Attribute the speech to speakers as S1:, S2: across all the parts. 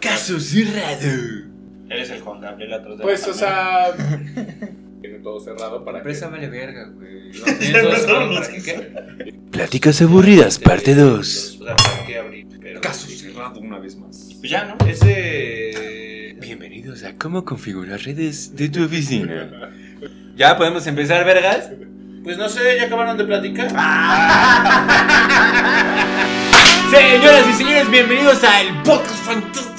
S1: Caso cerrado.
S2: Eres el Juan Gabriel atrás de
S3: Pues,
S2: la
S3: o sea,
S4: Tiene todo cerrado para que.
S1: Empresa vale verga, güey. No,
S2: Ya empezamos.
S1: ¿para qué qué?
S5: Pláticas aburridas, parte 2.
S2: O sea, ¿para qué abrir? Pero,
S4: Caso cerrado una vez más.
S2: Pues ya, ¿no? Ese.
S5: Bienvenidos a cómo configurar redes de tu oficina.
S1: ¿Ya podemos empezar, vergas?
S2: Pues no sé, ya acabaron de platicar.
S1: Señoras y señores, bienvenidos al podcast fantástico.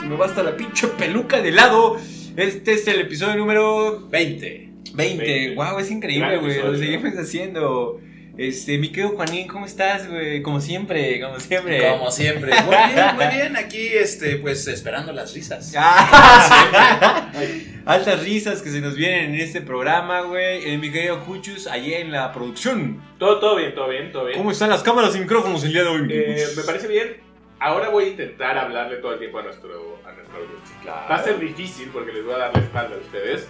S1: Se me basta la pinche peluca de lado. Este es el episodio número
S2: 20.
S1: 20.
S4: Veinte.
S1: Guau, es increíble,
S4: Gran
S1: güey. Lo
S4: episodio.
S1: seguimos haciendo. Este, mi querido Juanín, ¿cómo estás, güey? Como siempre, como siempre.
S2: Como siempre. Muy bien, muy bien. Aquí, este, pues esperando las risas.
S1: Ah, Altas risas que se nos vienen en este programa, güey. Eh, mi querido Cuchus, allí en la producción.
S3: todo, todo bien, todo bien, todo bien.
S1: ¿Cómo están las cámaras y micrófonos el día de hoy?
S3: Eh, me parece bien. Ahora voy a intentar hablarle todo el tiempo a nuestro, a nuestro audiencia. Va a ser difícil porque les voy a dar la espalda a ustedes,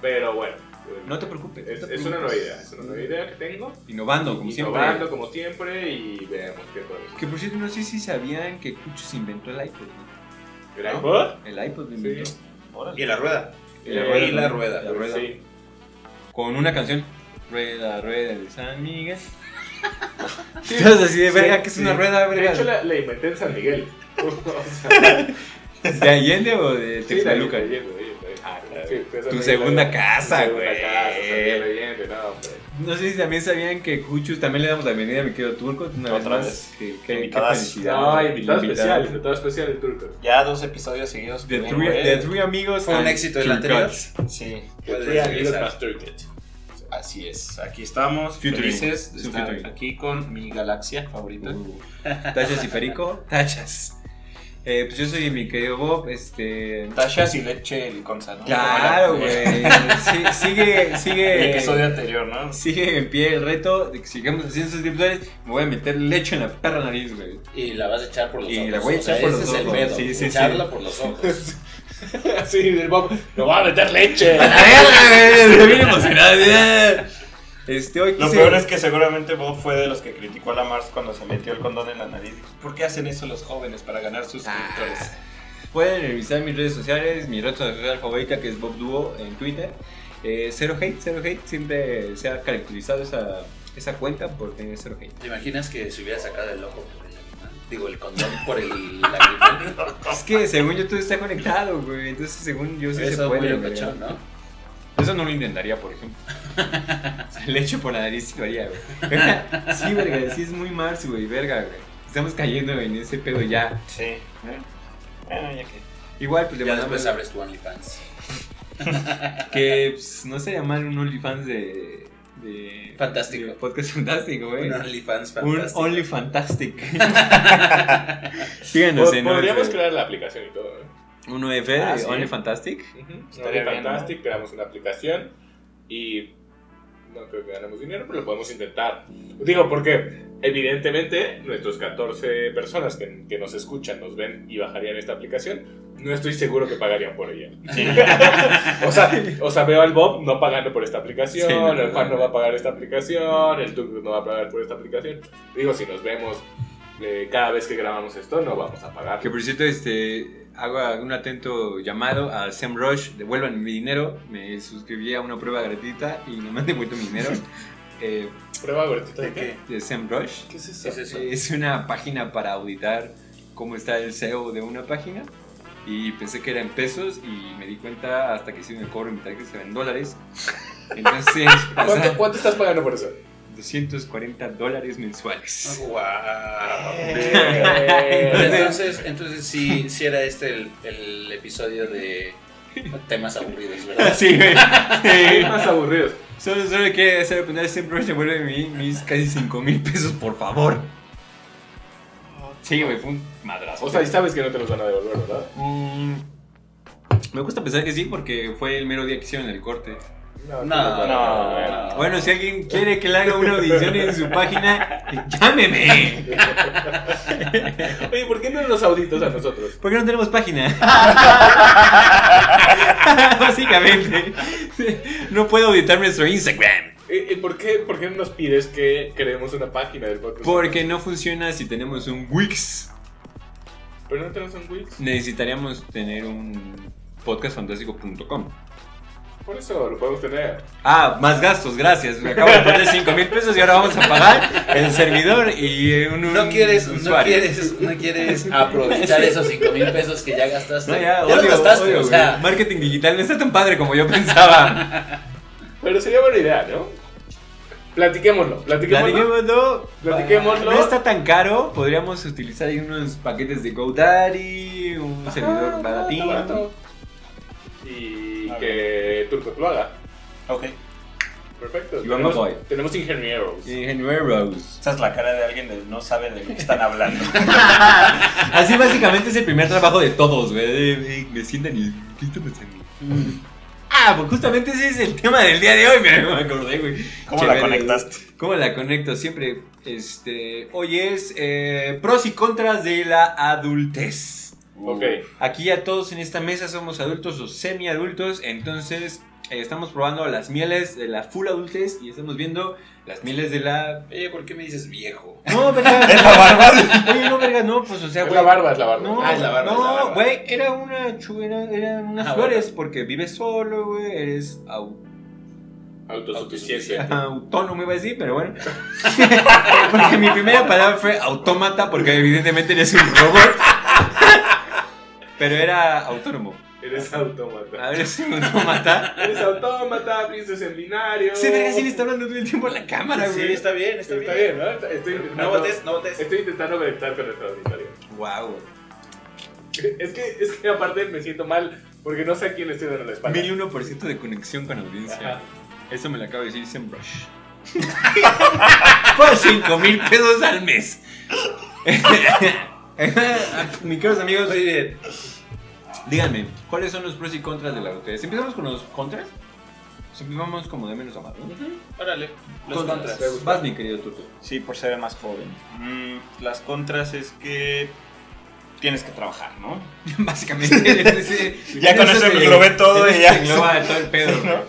S3: pero bueno. eh,
S1: No te preocupes. no
S3: es,
S1: te
S3: es una
S1: preocupes. Mm,
S3: novedad, es una nueva idea que tengo.
S1: Innovando, como siempre.
S3: Innovando como siempre y veamos qué podemos.
S1: Que por cierto, no sé si sabían que Cuchus inventó el iPod. ¿no?
S3: ¿El iPod?
S1: El iPod lo
S3: Sí.
S1: inventó.
S2: Y la rueda.
S3: Y la
S1: Eh,
S3: rueda,
S2: Y la rueda.
S1: La rueda.
S3: Sí.
S1: Con una canción. Rueda, rueda de San Miguel. Estás así de verga,
S3: Sí,
S1: que es
S3: sí.
S1: una rueda,
S3: De
S1: verga.
S3: hecho, la, la inventé en San Miguel. O sea,
S1: ¿De Allende o de
S3: sí, la
S1: Texmelucan?
S3: inventé, güey, güey.
S1: Ah, claro.
S3: Sí, fue San
S1: Tu
S3: Miguel,
S1: segunda
S3: la-
S1: casa,
S3: mi segunda
S1: güey.
S3: casa, San Miguel Allende, no, hombre.
S1: No sé si también sabían que Cuchus también le damos la bienvenida a mi querido Turco. Una
S2: Otra
S1: vez,
S2: vez.
S1: más. Que, que- qué
S2: Invitadas.
S1: felicidad.
S3: No,
S1: güey.
S3: invitado especial,
S1: Invitado.
S3: invitado especial el turco.
S2: Ya dos episodios seguidos.
S1: De
S2: bien,
S1: Three,
S2: güey.
S1: de three Amigos.
S5: Fue un
S1: and
S5: éxito el
S1: Two
S5: anterior.
S1: Gods.
S2: Sí.
S5: Pues,
S2: Three
S5: sí,
S2: Amigos
S5: sí.
S2: más Turket. Así es. Aquí estamos.
S1: Featuring.
S2: Felices de
S1: Sí,
S2: estar
S1: featuring.
S2: aquí con mi galaxia favorita.
S1: Uh, Tachas y Perico. Tachas. Eh, pues yo soy mi querido Bob. Este.
S2: Tashas y leche liconza, ¿no?
S1: Claro,
S2: Como era,
S1: güey. Sí, sigue,
S2: El
S1: sigue.
S2: episodio anterior, ¿no?
S1: Sigue en pie el reto de que sigamos haciendo suscriptores. Me voy a meter leche en la perra nariz, güey.
S6: Y la vas a echar por los
S1: Y
S6: ojos.
S1: la voy a
S6: o sea,
S1: echar por
S6: ese
S1: los
S6: es
S1: ojos.
S6: El pedo,
S1: Sí, sí,
S6: echarla
S1: sí.
S6: por los ojos.
S3: Sí, del Bob.
S6: ¡Lo voy a meter leche!
S1: ¡A la verga, güey! Estoy bien emocionado. ya. Este, hoy
S2: Lo
S1: quise-
S2: peor es que seguramente Bob fue de los que criticó a la Mars cuando se metió el condón en la nariz. Dijo, ¿Por qué hacen eso los jóvenes para ganar suscriptores?
S1: Pueden revisar mis redes sociales, mi red social favorita que es Bob Duo en Twitter. Eh, cero hate, cero hate, siempre se ha caracterizado esa, esa cuenta por tener cero hate.
S6: ¿Te imaginas que se hubiera sacado el ojo por el animal? Digo, el condón por el lagrimal.
S1: Es que según yo todo está conectado, güey, entonces según yo sí se
S6: Eso
S1: puede.
S6: es muy
S1: güey.
S6: locochón, ¿no?
S1: Eso no lo intentaría, por ejemplo. O sea, Le echo por la nariz y lo haría, güey. sí, verga, sí es muy Mars, güey, verga, güey. Estamos cayendo en ese pedo ya.
S2: Sí. Bueno, ya que.
S1: Igual, pues le
S6: Ya
S1: mandamos
S6: después abres tu OnlyFans.
S1: que pues, no se llaman un OnlyFans de, de...
S6: Fantástico.
S1: de podcast fantástico, güey.
S6: Un OnlyFans
S1: Un
S6: fantástico.
S1: Only Fantastic. Síganos
S3: Po-
S1: en
S3: Podríamos
S1: OnlyFans.
S3: crear la aplicación y todo. ¿no?
S1: Uno F de
S2: Ah, sí.
S1: Only Fantastic.
S2: Estaría
S3: Estaría
S2: bien,
S3: fantástico, creamos una aplicación y no creo que ganemos dinero, pero lo podemos intentar. Digo, porque evidentemente nuestros 14 personas que, que nos escuchan, nos ven y bajarían esta aplicación, no estoy seguro que pagarían por ella. o, sea, o sea, veo al Bob no pagando por esta aplicación,
S1: Sí, no,
S3: el Juan
S1: no, no.
S3: no va a pagar esta aplicación, el Tuc no va a pagar por esta aplicación. Digo, si nos vemos eh, cada vez que grabamos esto, no vamos a pagar.
S1: Que por cierto, este, hago un atento llamado a Sam Rush. Devuelvan mi dinero. Me suscribí a una prueba gratuita y no me han devuelto mi dinero. Eh,
S3: Prueba gordita
S6: ¿De qué?
S1: de Sam Rush.
S3: ¿Qué es
S6: ¿Qué
S3: eso?
S6: es eso?
S1: Es una página para auditar cómo está el SEO de una página. Y pensé que era en pesos y me di cuenta hasta que hicieron el cobro mitad que se en dólares. Entonces,
S3: ¿Cuánto,
S1: pasaron
S3: cuánto estás pagando por eso?
S1: 240 dólares mensuales.
S2: Eh.
S6: Guau. Entonces, entonces sí, sí era este el, el episodio de temas aburridos, ¿verdad?
S1: Sí, güey.
S3: Hay
S1: Sí.
S3: más aburridos.
S1: Solo, solo que hacer poner siempre se vuelve mi- mis casi 5 mil pesos, por favor. Sí, güey, fue un madrazo.
S3: O sea, y sabes que no te los van a devolver, ¿verdad?
S1: Mm, me gusta pensar que sí, porque fue el mero día que hicieron el corte.
S3: No,
S6: No,
S2: no.
S1: Bueno, si alguien quiere que le haga una audición en su página, llámeme.
S3: Oye, ¿por qué no los auditos a nosotros?
S1: ¿Por qué no tenemos página? Básicamente, no puedo auditar nuestro Instagram.
S3: ¿Y, y por, qué, por qué no nos pides que creemos una página del podcast?
S1: Porque no funciona si tenemos un Wix.
S3: Pero no tenemos un Wix.
S1: Necesitaríamos tener un podcastfantástico.com.
S3: Por eso lo podemos tener.
S1: Ah, más gastos, gracias. Me acabo de poner 5 mil pesos y ahora vamos a pagar el servidor y un, un
S6: No quieres, no
S1: usuario.
S6: quieres, no quieres aprovechar esos 5 mil pesos que ya gastaste.
S1: No,
S6: ya
S1: ya,
S6: los
S1: odio,
S6: gastaste,
S1: odio,
S6: o sea.
S1: güey. Marketing digital no está tan padre como yo pensaba.
S3: Pero sería buena idea, ¿no? Platiquémoslo, platiquémoslo.
S1: Platiquémoslo.
S3: Platiquémoslo.
S1: No está tan caro. Podríamos utilizar ahí unos paquetes de GoDaddy, un
S3: Ah,
S1: servidor baratín.
S3: Y
S2: A
S3: que Turco lo haga.
S2: Ok.
S3: Perfecto.
S1: Iván Macoy.
S3: Tenemos, tenemos ingenieros.
S1: Ingenieros.
S2: Esa es la cara de alguien que no sabe de lo que están hablando.
S1: Así básicamente es el primer trabajo de todos, güey. De- de- Me sientan y. ¿Qué está pasando? Ah, pues justamente ese es el tema del día de hoy, me me acordé, güey.
S2: ¿Cómo
S1: Chévere,
S2: la conectaste?
S1: ¿Cómo la conecto? Siempre, este, hoy es eh, pros y contras de la adultez.
S3: Ok.
S1: Aquí ya todos en esta mesa somos adultos o semiadultos, entonces eh, estamos probando las mieles de la full adultez y estamos viendo las mieles de la... eh,
S6: Oye, ¿por qué me dices viejo?
S1: No, verga.
S2: Es la barba.
S1: Oye, no, verga, no, pues o sea,
S3: Es
S1: güey.
S3: la barba, es la barba.
S1: No,
S6: Ah, es la barba, es la barba.
S1: no, güey, era una chu- era, eran unas
S6: Ah,
S1: flores porque vives solo, güey, eres au-
S3: Autosuficiencia.
S1: autónomo, iba a decir, pero bueno. porque mi primera palabra fue autómata porque evidentemente eres un robot. pero era autónomo.
S3: Eres
S1: A
S3: autómata.
S1: ver, es un autómata.
S3: Eres autómata, piensas en binario.
S1: Se verga Ah. sí le está hablando todo el tiempo a la cámara, güey.
S6: bien,
S3: Está bien, ¿no? Estoy intentando,
S6: no votes.
S3: estoy intentando conectar con nuestro auditorio.
S1: Wow.
S3: Es que, es que aparte me siento mal porque no sé a quién le estoy dando la espalda.
S1: 1001% de conexión con audiencia.
S3: Ajá.
S1: Eso me lo acaba de decir Sam Rush. Por 5 mil pesos al mes. Mis queridos amigos, díganme, ¿cuáles son los pros y contras de la adultez? ¿Empezamos con los contras? Pues Empezamos como de menos a más, ¿no?
S6: Órale, los contras.
S1: Vas, mi querido Tuto.
S2: Sí, por ser el más joven. Mm, las contras es que tienes que trabajar, ¿no?
S1: Básicamente, ese-
S2: Ya con eso
S1: se-
S2: englobé todo
S1: eso
S2: y ya.
S1: se engloba todo el pedo.
S2: ¿No?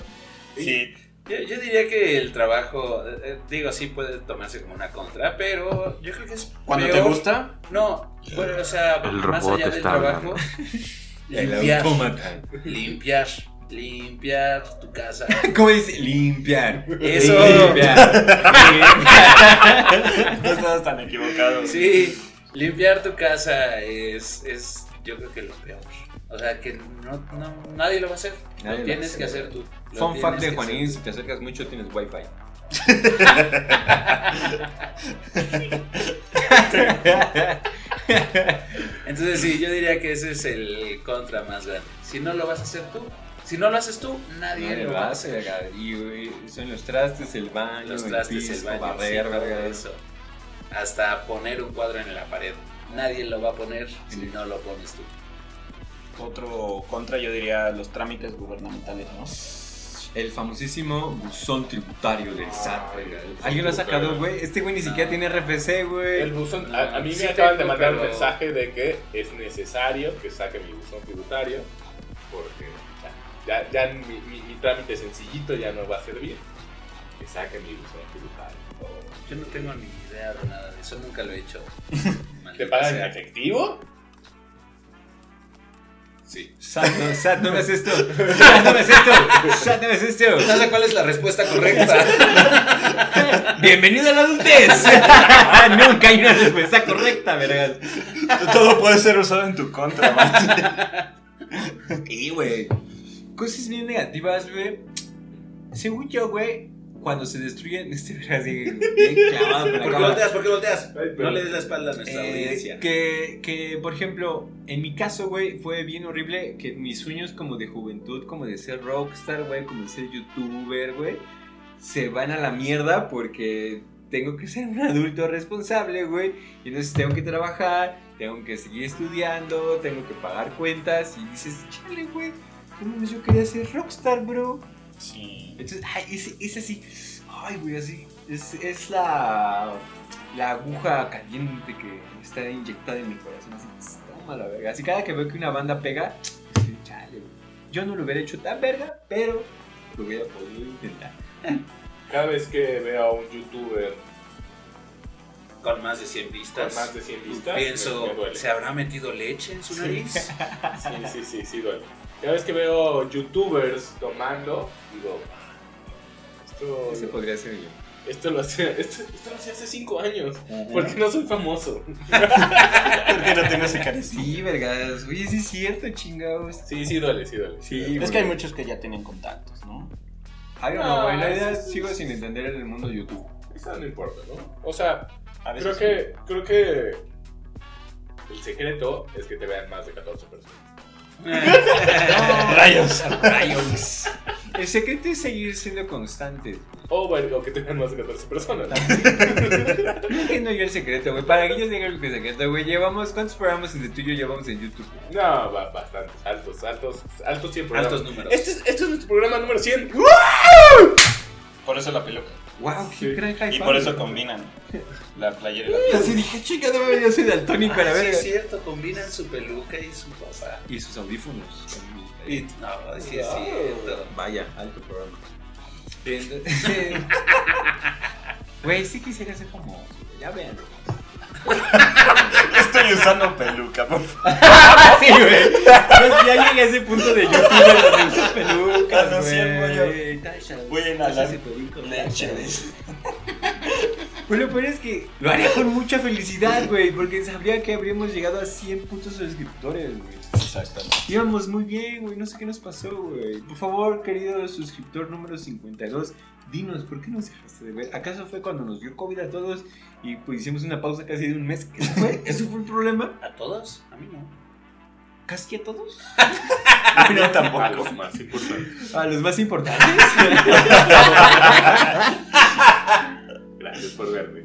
S2: Sí.
S6: Yo, yo diría que el trabajo, eh, eh, digo, sí puede tomarse como una contra, pero yo creo que es.
S2: Cuando te
S6: peor-
S2: gusta,
S6: No, bueno, o sea,
S5: El
S6: más
S5: robot
S6: allá del
S5: está
S6: trabajo,
S1: El
S6: limpiar,
S1: autómata.
S6: limpiar, limpiar tu casa.
S1: ¿Cómo dice? Limpiar.
S6: Eso.
S2: no estás tan equivocado.
S6: Sí, limpiar tu casa es, es yo creo que lo peor. O sea, que no, no- nadie lo va a hacer.
S1: Nadie
S6: lo
S1: lo
S6: tienes
S1: hace.
S6: que hacer tú. Lo
S1: Fun fact
S6: tienes
S1: de
S6: que
S1: Juanín,
S6: hacer
S1: si te acercas mucho tienes wifi.
S6: tú. Entonces, sí, yo diría que ese es el contra más grande. Si no lo vas a hacer tú, si no lo haces tú, nadie
S1: Nadie
S6: lo
S1: lo
S6: va a
S1: hace,
S6: hacer.
S1: verga. Y güey, son los trastes, el baño,
S6: Los trastes, el
S1: piso,
S6: baño,
S1: barrer,
S6: sí, todo
S1: verga.
S6: eso. Hasta poner un cuadro en la pared. Nadie lo va a poner si no lo pones tú.
S2: Otro contra yo diría los trámites gubernamentales, ¿no?
S1: El famosísimo buzón tributario del SAT,
S3: Ay,
S1: verga.
S3: el buzón
S1: ¿Alguien lo ha sacado,
S3: tributario.
S1: güey? Este güey ni siquiera
S6: No.
S1: tiene RFC,
S3: El
S1: güey.
S3: buzón, a, a mí me
S6: Sí
S3: acaban de
S6: tengo,
S3: mandar un
S6: pero-
S3: mensaje de que es necesario que saque mi buzón tributario porque ya, ya, ya mi, mi- mi trámite sencillito ya no va a servir. Que saque mi buzón tributario. O-
S6: Yo no tengo ni idea de nada de eso, nunca lo he hecho.
S3: ¿Te
S6: Maldita
S3: pagan en
S6: sea.
S3: efectivo?
S6: Sí.
S1: SAT, no, SAT, no me haces esto. SAT, no me haces esto. SAT, no me haces esto.
S6: No sé cuál es la respuesta correcta.
S1: Bienvenido a la adultez. Nunca hay una respuesta correcta, vergas.
S2: Todo puede ser usado en tu contra, Martín.
S1: Y, güey. Cosas bien negativas, güey. Según yo, güey, cuando se destruyen. Este verga así, bien clavado con la
S6: ¿Por qué
S1: cámara.
S6: volteas? ¿Por qué volteas?
S3: Ay, pero-
S6: No le des la espalda a nuestra
S1: Eh,
S6: audiencia.
S1: que, que, por ejemplo, en mi caso, güey, fue bien horrible que mis sueños como de juventud, como de ser rockstar, güey, como de ser youtuber, güey, se van a la mierda porque tengo que ser un adulto responsable, güey, y entonces tengo que trabajar, tengo que seguir estudiando, tengo que pagar cuentas, y dices, chale, güey, no mames, yo quería ser rockstar, bro.
S2: Sí.
S1: Entonces, ay, ese, ese sí. Ay, güey, así. Es, es la, la aguja caliente que está inyectada en mi corazón. Así, tss, toma la verga. Así cada que veo que una banda pega, sí, chale, güey. Yo no lo hubiera hecho tan verga, pero lo hubiera podido intentar.
S3: Cada vez que veo a un youtuber
S6: con más de 100 vistas.
S3: más de 100 vistas.
S6: Pienso,
S3: me- me duele.
S6: ¿se habrá metido leche en su nariz?
S3: Sí, sí, sí, sí, duele. Cada vez que veo youtubers tomando, digo, "Ah, esto,
S1: Ese podría ser yo.
S3: esto lo hacía esto, esto lo hacía hace 5 años. ¿Por qué no soy famoso?
S2: Porque no tengo ese carisma.
S1: Sí, vergas. Oye, sí es cierto, chingados.
S3: Sí, sí, duele, sí, duele.
S1: Sí,
S7: Es que hay muchos que ya tienen contactos, ¿no?
S1: Hay
S3: No,
S1: una buena idea.
S3: sí, sí,
S1: Sigo
S3: sí.
S1: sin entender el mundo de YouTube.
S3: Eso no importa, ¿no? O sea,
S2: A
S3: creo
S2: veces
S3: que, creo que el secreto es que te vean más de 14 personas.
S2: Rayos.
S1: Rayos. El secreto es seguir siendo constante.
S3: O, bueno, o que te vean más de 14 personas.
S1: No entiendo yo el secreto, güey. Para que yo diga el secreto, güey. Llevamos, ¿cuántos programas entre tú y yo llevamos en YouTube?
S3: No, va bastante. Altos, altos, altos 100 programas.
S6: Altos números.
S3: Este es, este es nuestro programa número 100.
S2: Por eso la peluca.
S1: Wow, qué
S3: Sí.
S1: gran high
S2: Y
S1: five,
S2: por eso
S1: güey.
S2: combinan la playera y la peluca.
S1: Así dije, chica, no mames, yo soy daltónico,
S6: Ah,
S1: la
S6: sí,
S1: verga.
S6: es cierto, combinan su peluca y su ropa.
S1: Y sus audífonos.
S6: Y- no, sí es cierto.
S1: Vaya, alto programa. Entonces- Güey, sí quisiera ser famoso, güey, ya vean.
S2: Estoy usando peluca, por favor.
S1: Sí, güey. Pues ya llegué a ese punto de YouTube de sus
S2: A los
S1: pelucas,
S2: cien,
S1: güey.
S2: Voy a inhalar leche.
S1: leche. Pues lo peor es que lo haría con mucha felicidad, güey, porque sabría que habríamos llegado a 100 puntos suscriptores, güey.
S2: Exacto.
S1: Íbamos muy bien, güey, no sé qué nos pasó, güey. Por favor, querido suscriptor número 52, dinos, ¿por qué nos dejaste de ver? ¿Acaso fue cuando nos dio COVID a todos y pues hicimos una pausa casi de un mes? ¿Qué fue? ¿Eso fue un problema?
S6: ¿A todos? A mí no.
S1: ¿Casi a todos?
S2: No,
S3: A
S2: tampoco.
S3: los más importantes.
S1: A los más importantes.
S3: Gracias por verme.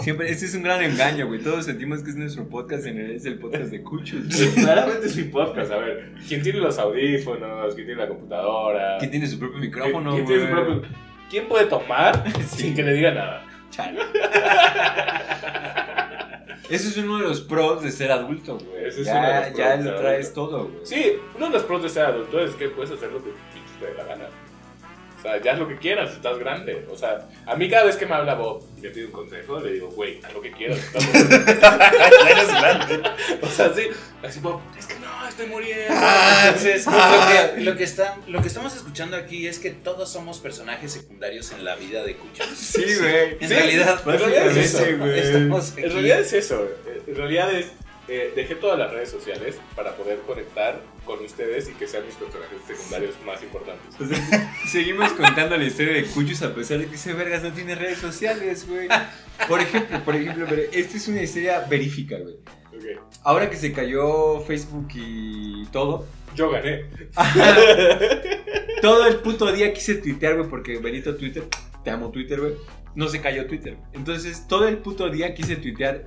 S1: Siempre, este es un gran engaño, güey. Todos sentimos que es nuestro podcast, en realidad es el podcast de Cuchos.
S3: Claramente es mi podcast. A ver, ¿quién tiene los audífonos? ¿Quién tiene la computadora?
S1: Que tiene su propio
S3: ¿Quién-
S1: micrófono, güey.
S3: quién tiene su propio- ¿Quién puede tomar sin que le diga nada?
S1: Chale. Ese es uno de los pros de ser adulto, güey.
S3: Ese es
S1: ya
S3: uno de los pros
S1: ya
S3: de
S1: lo
S3: ser
S1: traes
S3: adulto.
S1: todo, güey.
S3: Sí, uno de los pros de ser adulto es que puedes hacer lo que pinches te dé la gana. O sea, ya es lo que quieras, estás grande. O sea, a mí cada vez que me habla Bob y me pide un consejo, le digo, güey, haz lo que quieras. estás grande".
S2: Ya eres grande.
S3: o sea, sí, así Bob, es que no, estoy muriendo.
S6: Entonces, lo, que, lo que están- lo que estamos escuchando aquí es que todos somos personajes secundarios en la vida de Cuchos.
S1: Sí, güey.
S6: En
S3: Sí,
S6: realidad,
S3: básicamente,
S1: güey.
S6: estamos
S3: En
S6: aquí.
S3: realidad es eso. eh, En realidad es. eh, dejé todas las redes sociales para poder conectar con ustedes y que sean mis personajes secundarios más importantes.
S1: Seguimos contando la historia de Cuchos a pesar de que ese vergas no tiene redes sociales, güey. Por ejemplo, por ejemplo, pero esta es una historia verífica, güey.
S3: Ok.
S1: Ahora que se cayó Facebook y todo,
S3: Yo gané.
S1: todo el puto día quise tuitear, güey, porque Benito Twitter, te amo Twitter, güey. No se cayó Twitter. Entonces, todo el puto día quise tuitear.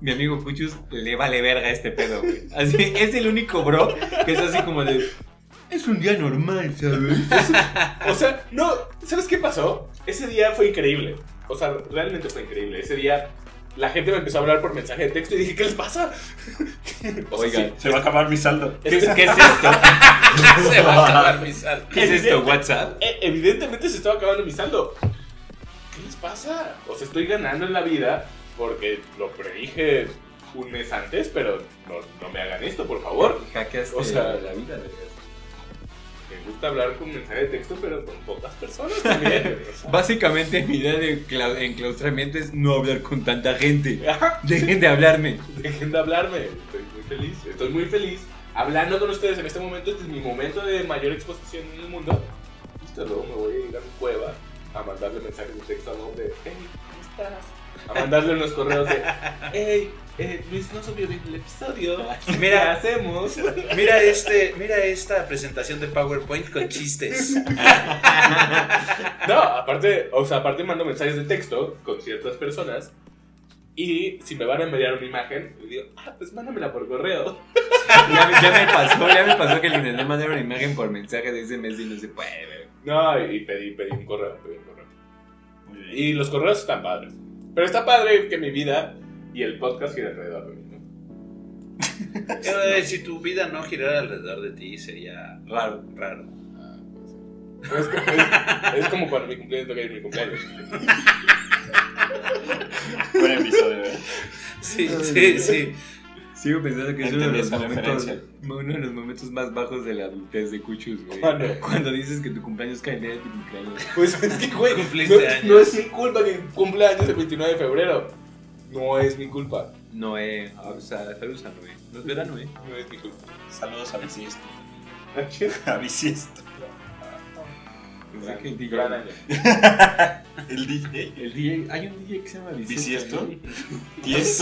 S1: Mi amigo Cuchus le vale verga este pedo, güey. Así, es el único bro que es así como de. Es un día normal, ¿sabes?
S3: O sea, no, ¿sabes qué pasó? Ese día fue increíble. O sea, realmente fue increíble. Ese día la gente me empezó a hablar por mensaje de texto y dije, ¿qué les pasa? O sea,
S1: Oigan,
S2: Se va a acabar mi saldo.
S1: ¿qué, qué es esto?
S6: Se va a acabar mi sal.
S1: ¿Qué es esto, WhatsApp?
S3: Eh, evidentemente se estaba acabando mi saldo. ¿Qué les pasa? O sea, estoy ganando en la vida porque lo predije un mes antes, pero no, no me hagan esto, por favor.
S1: Hackeaste
S3: O sea,
S1: la vida, güey.
S3: Me gusta hablar con mensaje de texto, pero con pocas personas también. O sea,
S1: Básicamente, mi idea de cla- enclaustramiento es no hablar con tanta gente.
S3: ajá,
S1: Dejen de hablarme.
S3: Dejen de hablarme. Estoy muy feliz. Estoy muy feliz hablando con ustedes en este momento. Este es mi momento de mayor exposición en el mundo. Listo, luego me voy a ir a mi cueva a mandarle mensajes de texto a Bob de Hey, ¿cómo estás? A mandarle unos correos de Hey, eh, Luis no subió bien el episodio. ¿Qué
S6: Mira,
S3: hacemos?
S6: mira, este, mira esta presentación de PowerPoint con chistes.
S3: No, aparte, o sea, aparte mando mensajes de texto con ciertas personas. Y si me van a enviar una imagen, le digo, ah, pues mándamela por correo.
S1: Ya, me- ya me pasó, ya me pasó que le intenté mandar una imagen por mensaje de ese mes y no se puede, güey.
S3: No, y pedí, pedí un correo, pedí un correo.
S2: Muy bien.
S3: Y los correos están padres. Pero está padre que mi vida y el podcast gira alrededor de mí. ¿no?
S6: Eh, si tu vida no girara alrededor de ti sería
S1: Raro.
S6: raro.
S3: Pero es, que- es- es como cuando mi cumpleaños toca ir mi cumpleaños.
S2: Buen episodio, ¿eh?
S6: Sí, sí, sí.
S1: Sigo pensando que es uno de,
S2: Entendí
S1: los
S2: esa
S1: momentos,
S2: referencia.
S1: uno de los momentos más bajos de la adultez de Cuchus, güey.
S3: Bueno.
S1: Cuando dices que tu cumpleaños cae en día de tu cumpleaños.
S3: Pues es que, güey,
S6: Cumpliste
S3: no,
S6: años.
S3: no es mi culpa que cumple años el 29 de febrero. No es mi culpa.
S1: Noé, eh, o sea, saludos a Noé. No es verano, eh.
S3: No es mi culpa.
S2: Saludos a Bisiesto. A Bisiesto.
S1: Pensé que el DJ.
S3: Gran año.
S2: El DJ.
S1: El DJ, hay un DJ que se llama
S2: ¿Bisiesto?
S1: Bisiesto.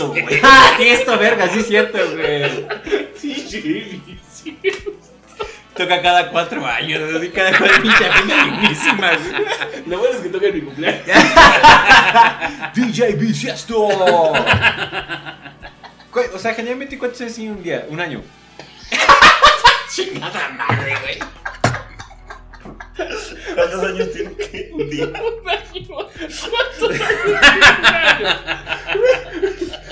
S1: ¿no?
S2: Tiesto, güey.
S7: ¡Ah! Esto, verga, sí es cierto, güey.
S3: Sí, sí, sí.
S7: Toca cada cuatro años, así cada cuatro pinche agenda dignísima, güey.
S3: Lo bueno es que toca en mi cumpleaños.
S1: DJ Bisiesto. Güey, o sea, generalmente cuántos años tiene un día, un año.
S6: Chingada madre, güey.
S2: ¿Cuántos años tiene que un día?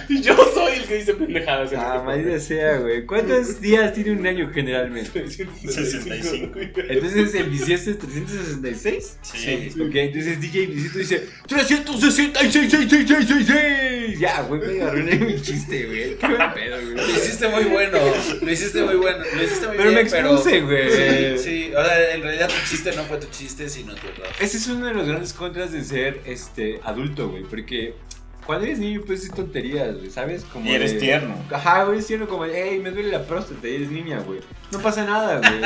S3: Y yo soy el que dice pendejadas. en
S1: Ah,
S3: este
S1: maldita sea, güey. ¿Cuántos días tiene un año generalmente?
S3: 365.
S1: Entonces el bisiesto es 366.
S2: Sí.
S1: Ok, entonces DJ Bisiesto dice 366 Ya, güey, me arruiné mi chiste, güey. Qué buen pedo,
S6: Lo
S1: güey.
S6: hiciste muy bueno. Lo hiciste muy bueno. Lo hiciste muy
S1: Pero me
S6: bien, pero.
S1: expuse, güey.
S6: Sí, sí, o sea, en realidad tu chiste no fue tu chiste, sino tu error.
S1: Ese es uno de los grandes contras de ser este adulto, güey. Porque cuando eres niño, pues haces tonterías, güey, ¿sabes? Como
S2: Y eres
S1: de-
S2: tierno.
S1: Ajá, güey, es tierno como, hey, me duele la próstata y eres niña, güey. No pasa nada, güey.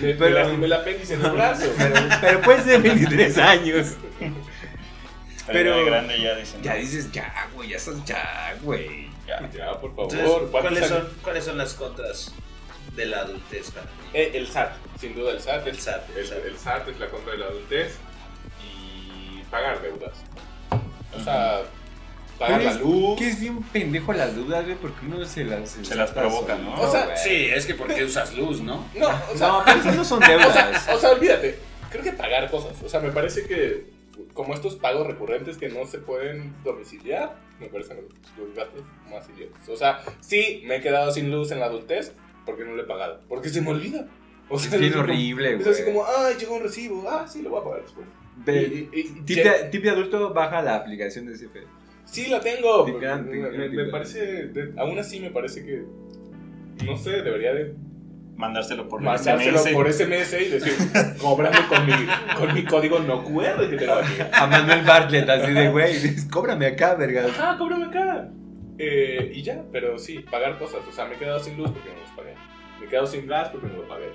S3: Me,
S1: Pero-
S3: me lastimé el apéndice en el brazo.
S1: Pero, pero puedes ser 23 años.
S2: Pero
S1: Pero-
S2: de grande ya dicen.
S1: Ya dices, ya, güey, ya estás ya, güey.
S2: Ya.
S3: Ya, por
S6: Entonces,
S3: favor.
S6: ¿cuáles,
S3: ¿cuántos
S6: son, ¿cuáles son las contras de la adultez para ti?
S3: Eh, el SAT, sin duda el SAT. El,
S6: El SAT. El
S3: el-
S6: SAT.
S3: el SAT es la contra de la adultez y pagar deudas. O sea, pagar
S1: Pero
S3: la
S1: es-
S2: "Uh,
S3: luz.
S1: Que es bien pendejo las dudas, güey, porque uno se las...
S2: Se las provoca, ¿no?
S1: O
S3: Eh.
S1: sea, sí.
S6: Sí, es que porque usas luz, ¿no?
S3: No, o sea,
S1: No, pero esas no son deudas.
S3: o sea, olvídate. Creo que pagar cosas. O sea, me parece que como estos pagos recurrentes que no se pueden domiciliar, me parecen los gastos más idiotas. O sea, sí, me he quedado sin luz en la adultez porque no lo he pagado. Porque se me olvida. O sea,
S1: Es bien
S3: como-
S1: horrible,
S3: Es
S1: güey.
S3: así como, ay, llegó un recibo. Ah, sí, lo voy a pagar después.
S1: Ve,
S3: Y- y- y-
S1: Tip de, tip de adulto baja la aplicación de CFE.
S3: Sí, la tengo.
S1: Te
S3: pero
S1: quedan- te
S3: me,
S1: quedan
S3: me- me
S1: igual.
S3: parece. de- aún así, me parece que. No sé, debería de
S2: Mandárselo por
S3: mandárselo
S2: SMS.
S3: por SMS y decir, cóbrame con mi, con mi código no QR que te lo va a llegar.
S1: A Manuel Bartlett, así de, güey, cóbrame acá, verga.
S3: Ajá, Ah, cóbrame acá. Eh, y ya, pero sí, pagar cosas. O sea, me he quedado sin luz porque no los pagué. Me he quedado sin gas porque no lo pagué.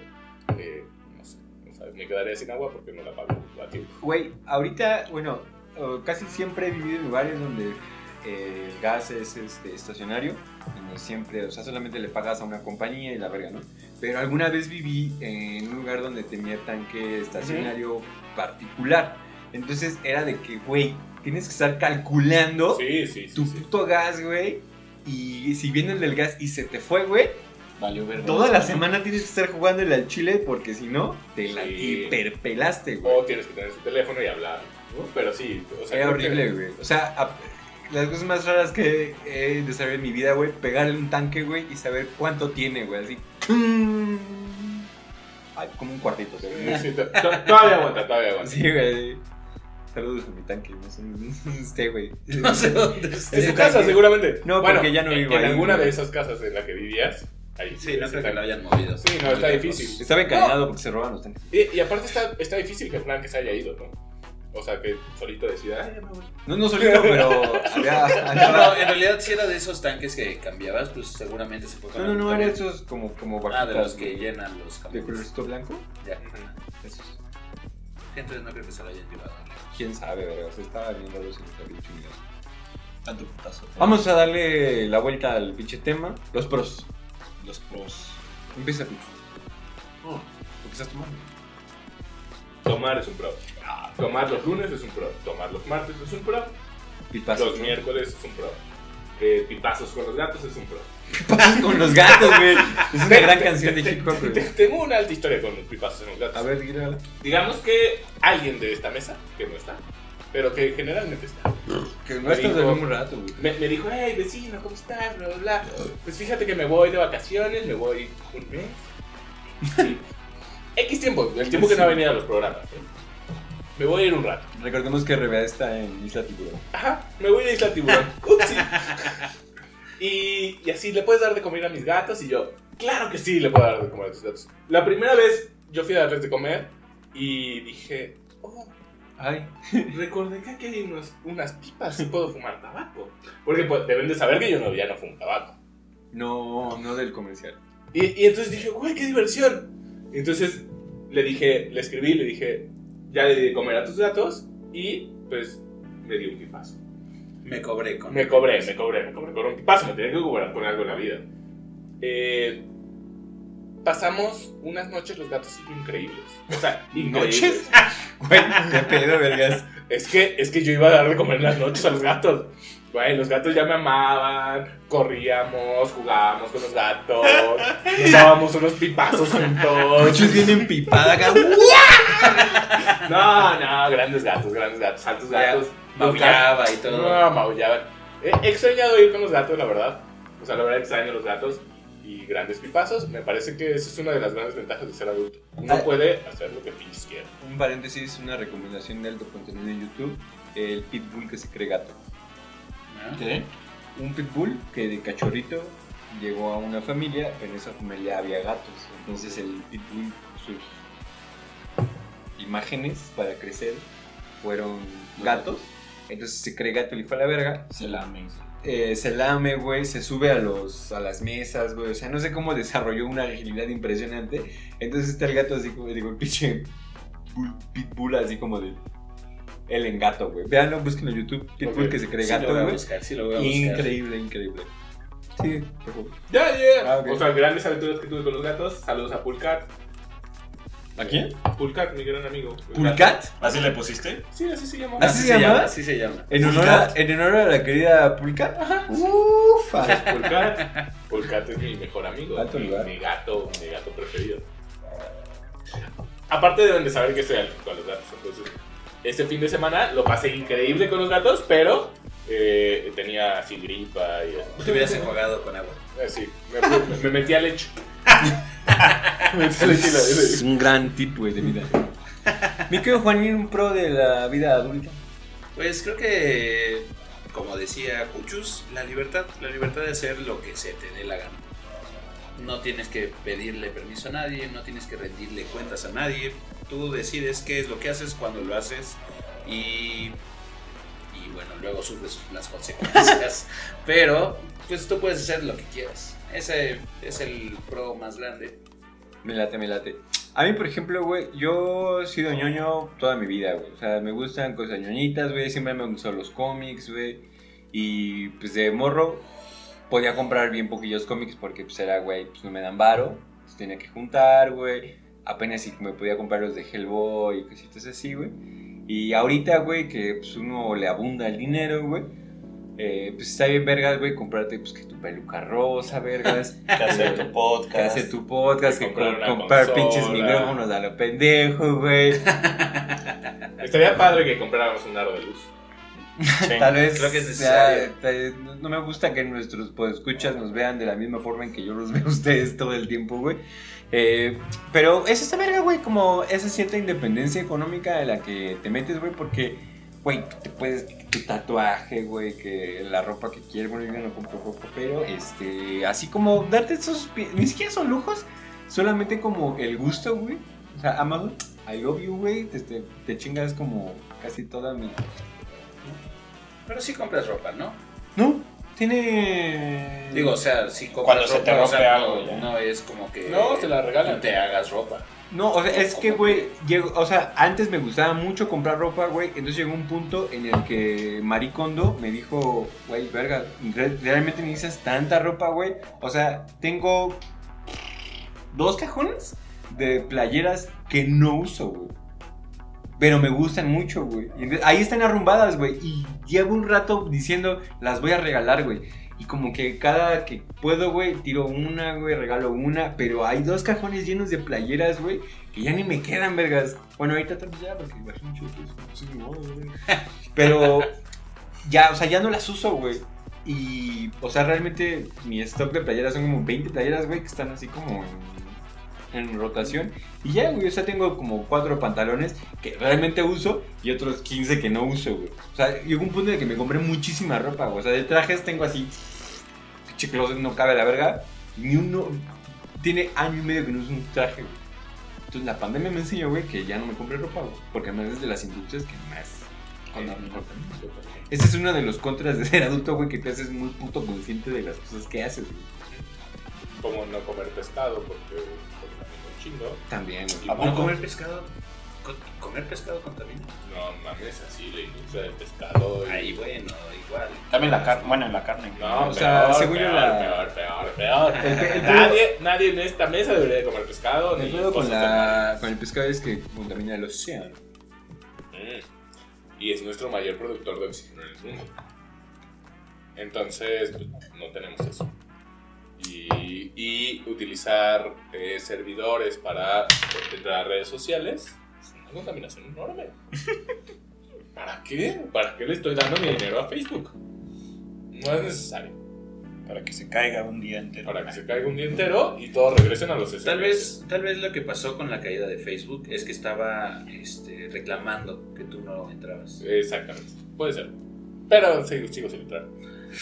S3: Eh, no sé, o sea, me quedaría sin agua porque no la pago a tiempo.
S1: Güey, ahorita, bueno, o casi siempre he vivido en lugares donde eh, el gas es este, estacionario. donde siempre, o sea, solamente le pagas a una compañía y la verga, ¿no? Pero alguna vez viví en un lugar donde tenía tanque estacionario particular. Entonces era de que, güey, tienes que estar calculando
S3: Sí, sí, sí.
S1: tu
S3: sí.
S1: puto gas, güey. Y si viene el del gas y se te fue, güey,
S2: Valió verga.
S1: Toda la semana tienes que estar jugando el al chile porque si no, te la
S3: Sí.
S1: hiperpelaste, güey.
S3: O tienes que tener su teléfono y hablar. ¿no? Pero sí, o sea.
S1: Era
S3: creo que-
S1: horrible, güey. O sea, a- las cosas más raras que he desarrollado en mi vida, güey, pegarle un tanque, güey, y saber cuánto tiene, güey. Así. ¡tum! Ay, como un cuartito, güey.
S3: Sí, to- to- Todavía aguanta, todavía aguanta.
S1: Sí, güey. Saludos a mi tanque, no sé este, güey.
S6: No sé dónde
S3: En
S1: Es
S6: esté.
S3: su casa,
S1: Porque-
S3: seguramente.
S1: No, porque ya no
S3: en-
S1: vivo
S3: en
S1: ahí,
S3: alguna
S1: güey.
S3: de esas casas en la que vivías, ahí
S6: Sí, no
S3: está-
S6: creo que lo hayan movido.
S3: Sí, no, está difícil.
S1: Estaba encadenado porque se roban los tanques.
S3: Y, y aparte está, está difícil que Frank se haya ido, ¿no? O sea, que solito decida, "Ay, ya me voy".
S1: No, no solito, pero había.
S6: No, no,
S1: andaba-
S6: en realidad si era de esos tanques que cambiabas, pues seguramente se fue con
S1: No, no,
S6: algún
S1: no, era
S6: camión.
S1: esos como, como
S6: Ah, de
S1: bajitas,
S6: los que
S1: güey,
S6: llenan los
S1: De
S6: camiones.
S1: colorcito blanco.
S6: Ya.
S1: Esos.
S6: Entonces no creo que se lo hayan llevado.
S1: Quién sabe, verga. Se estaba viendo los
S2: Tanto putazo.
S1: Vamos a darle la vuelta al pinche tema. Los pros.
S2: Los pros.
S1: Empieza tú. ¿Lo que Oh, estás tomando?
S3: Tomar es un pro. Tomar los lunes es un pro. Tomar los martes es un pro.
S1: Pipas.
S3: Los miércoles es un pro. Eh, pipazos con los gatos es un pro.
S1: Pipas con los gatos, güey. Es una gran canción de hip hop, güey.
S3: Tengo una alta historia con los pipazos con los gatos.
S1: A ver, dígala.
S3: Digamos que alguien de esta mesa, que no está, pero que generalmente está,
S1: Que
S3: no estás del mismo
S1: rato, güey.
S3: Me, me dijo, hey vecino, ¿cómo estás? Bla, bla, bla. Pues fíjate que me voy de vacaciones, me voy un mes. Sí. X tiempo, el tiempo que no ha venido a los programas. ¿eh? Me voy a ir un rato.
S1: Recordemos que Rivera está en Isla Tiburón.
S3: Ajá, me voy a Isla Tiburón. Upsi. Y, y así, ¿le puedes dar de comer a mis gatos? Y yo, claro que sí, le puedo dar de comer a tus gatos. La primera vez yo fui a darles de comer y dije, oh,
S1: Ay,
S3: recordé que aquí hay unos- unas pipas y puedo fumar tabaco. Porque pues, deben de saber que yo no, ya no fumo tabaco.
S1: no, no del comercial.
S3: Y, y entonces dije, güey, qué diversión. Y entonces le dije, le escribí, le dije, ya le di de comer a tus gatos y pues me di un pipazo.
S6: Me cobré con.
S3: Me cobré, me cobré, me cobré con un pipazo, me tenía que cobrar con algo en la vida. Eh, pasamos unas noches los gatos increíbles. O sea, increíbles.
S1: ¿Noches? Güey, qué pedo, vergas.
S3: Es que, es que yo iba a dar de comer en las noches a los gatos. Güey, los gatos ya me amaban, corríamos, jugábamos con los gatos, nos dábamos unos pipazos juntos.
S1: Muchos vienen pipada acá.
S3: No, no, grandes gatos, grandes gatos, santos gatos. Los gatos-
S6: Maullaba y todo.
S3: No, maullaban. He Eh, he extrañado ir con los gatos, la verdad. O sea, la verdad extraño los gatos y grandes pipazos. Me parece que esa es una de las grandes ventajas de ser adulto. Uno
S1: Ah.
S3: puede hacer lo que pinches quiera.
S1: Un paréntesis, una recomendación de alto contenido en YouTube. El pitbull que se cree gato.
S2: ¿Qué?
S1: Un pitbull que de cachorrito llegó a una familia, pero en esa familia había gatos. Entonces el pitbull, sus imágenes para crecer fueron gatos. Entonces se cree gato y le fue a la verga.
S2: Se lame.
S1: eh, se lame, güey, se sube a, los, a las mesas, güey. O sea, no sé cómo desarrolló una agilidad impresionante. Entonces está el gato así como, digo, el pinche bull- pitbull así como de... El engato, güey. Veanlo, busquen en YouTube. Pitbull
S3: Ok.
S1: que se cree
S6: Sí
S1: gato,
S6: lo voy a
S1: güey.
S6: buscar, sí lo voy a buscar.
S1: increíble, increíble. Sí, por favor.
S3: Ya, ya.
S1: Ah, ok.
S3: O sea, grandes aventuras que tuve con los gatos. Saludos a Pulcat.
S2: ¿A quién?
S3: Pulcat, mi gran amigo.
S1: ¿Pulcat?
S2: ¿Así le pusiste?
S3: Sí, así se llama.
S1: ¿Así se llama?
S6: Así se llama.
S1: ¿En honor, a, ¿En honor a la querida Pulcat? Ufa.
S3: Pulcat. Pulcat es mi mejor amigo.
S1: Alto
S3: mi,
S1: lugar.
S3: mi gato, mi gato preferido. Aparte deben de saber que soy alérgico a los gatos. Entonces, este fin de semana lo pasé increíble con los gatos, pero eh, tenía así gripa y
S6: Te hubieras enjuagado con agua.
S3: así. Me, me metí a leche. me metí a leche y la-
S1: Es un gran tip, güey, de vida. Me quedo Juanín, un pro de la vida adulta.
S6: Pues creo que, como decía Cuchus, la libertad, la libertad de hacer lo que se te dé la gana. No tienes que pedirle permiso a nadie, no tienes que rendirle cuentas a nadie. Tú decides qué es lo que haces, cuando lo haces y, y bueno, luego sufres las consecuencias. Pero pues tú puedes hacer lo que quieras. Ese es el pro más grande.
S1: Me late, me late. A mí, por ejemplo, güey, yo he sido ñoño toda mi vida, güey. O sea, me gustan cosas ñoñitas, güey. Siempre me han gustado los cómics, güey. Y pues de morro podía comprar bien poquillos cómics porque pues era, güey, pues no me dan varo. Pues, tenía que juntar, güey. Apenas si me podía comprar los de Hellboy y cositas así, güey. Y ahorita, güey, que pues uno le abunda el dinero, güey. eh, pues está bien, vergas, güey, comprarte pues que tu peluca rosa, vergas.
S2: Que hacer tu
S1: que
S2: podcast.
S1: hace tu podcast,
S3: Que
S1: que
S3: comprar
S1: com-
S3: una
S1: comprar
S3: consola.
S1: pinches micrófonos a lo pendejo, güey.
S3: Estaría padre que compráramos un aro de luz.
S2: Sí.
S1: Tal vez
S6: creo que es
S1: sea-
S6: necesario.
S1: tal- no- no me gusta que nuestros podescuchas nos vean de la misma forma en que yo los veo a ustedes todo el tiempo, güey. Eh, pero es esta verga, güey, como esa cierta independencia económica de la que te metes, güey, porque, güey, tú te puedes tu tatuaje, güey, que la ropa que quieres, bueno, yo no compro ropa, pero, este, así como darte esos, pi- ni siquiera son lujos, solamente como el gusto, güey. O sea, Amazon, I love you, güey, te, te, te chingas como casi toda mi
S6: Pero sí compras ropa, ¿no?
S1: no, tiene.
S6: Digo, o sea, sí compras
S2: Cuando se te
S6: ropa, o sea,
S2: rompe
S6: no-
S2: algo, ya.
S6: No es como que...
S3: No, te la regalan.
S6: no te hagas ropa.
S1: No, o sea, es que, güey, llego- o sea, antes me gustaba mucho comprar ropa, güey. Entonces llegó un punto en el que Maricondo me dijo, güey, verga, re- realmente necesitas tanta ropa, güey. O sea, tengo dos cajones de playeras que no uso, güey. Pero me gustan mucho, güey. Y entonces- Ahí están arrumbadas, güey. Y llevo un rato diciendo, las voy a regalar, güey. Y como que cada que puedo, güey, tiro una, güey, regalo una. Pero hay dos cajones llenos de playeras, güey, que ya ni me quedan, vergas. Bueno, ahorita tal vez ya, porque bajé mucho, pues, no sé, ni modo, güey. Pero ya, o sea, ya no las uso, güey. Y, o sea, realmente mi stock de playeras son como 20 playeras, güey, que están así como en en rotación. Y ya, güey, o sea, tengo como cuatro pantalones que realmente uso y otros 15 que no uso, güey. O sea, llegó un punto en el que me compré muchísima ropa, güey. O sea, de trajes tengo así, pinche closet no cabe la verga. Ni uno, tiene año y medio que no uso un traje, güey. Entonces la pandemia me enseñó, güey, que ya no me compré ropa, güey. Porque además es de las industrias que más consumen ropa. Ese es uno de los contras de ser adulto, güey, que te haces muy puto consciente de las cosas que haces, güey.
S3: Como no comer pescado porque contamina un chingo.
S1: También, güey.
S3: ¿A
S6: No
S3: poco?
S6: comer pescado. co- comer pescado contamina.
S3: No mames, así la industria del pescado. y-
S6: Ahí, bueno, igual.
S2: También la carne, bueno, en la carne.
S3: No,
S1: O sea,
S3: o sea, peor,
S1: según yo
S3: peor,
S1: la-
S3: peor, peor, peor.
S1: El pe- el pedo-
S3: nadie, nadie en esta mesa debería de comer pescado.
S1: El
S3: ni
S1: pedo con,
S3: cosas
S1: la, con el pescado es que contamina el océano.
S3: de mar. Mm. Y es nuestro mayor productor de oxígeno en el mundo. Entonces, pues, no tenemos eso. Y, y utilizar eh, servidores para las redes sociales es una contaminación enorme. ¿Para qué? ¿Para qué le estoy dando mi dinero a Facebook? No es necesario.
S2: Para que se caiga un día entero.
S3: Para que se caiga un día entero y todos regresen a los SMS.
S6: Tal vez, tal vez lo que pasó con la caída de Facebook es que estaba este, reclamando que tú no entrabas.
S3: Exactamente. Puede ser. Pero sigo, sigo sin entrar.
S1: Me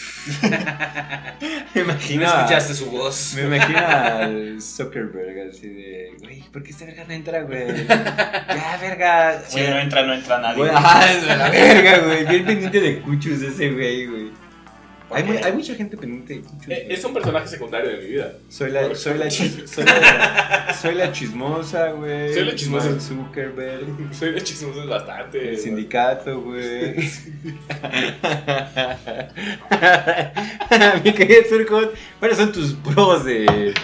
S6: No
S1: imagino, a-
S6: escuchaste su voz.
S1: me imagino al Zuckerberg así de, güey, ¿por qué esta verga no entra, güey? Ya, verga.
S2: Si
S1: Güey,
S2: no entra, no entra nadie.
S1: güey, ajá, es de la verga, güey. Bien pendiente de cuchus ese güey, güey. Hay, mu- hay mucha gente pendiente de cuchus.
S3: Eh,
S1: güey.
S3: es un personaje secundario de mi vida.
S1: Soy la, soy la, chis- soy la, soy la chismosa, Eh, güey.
S3: Soy la chismosa.
S1: Mark Zuckerberg.
S3: Soy de chismosos bastante.
S1: El sindicato, güey. Mi querido Turcot, ¿cuáles son tus pros de,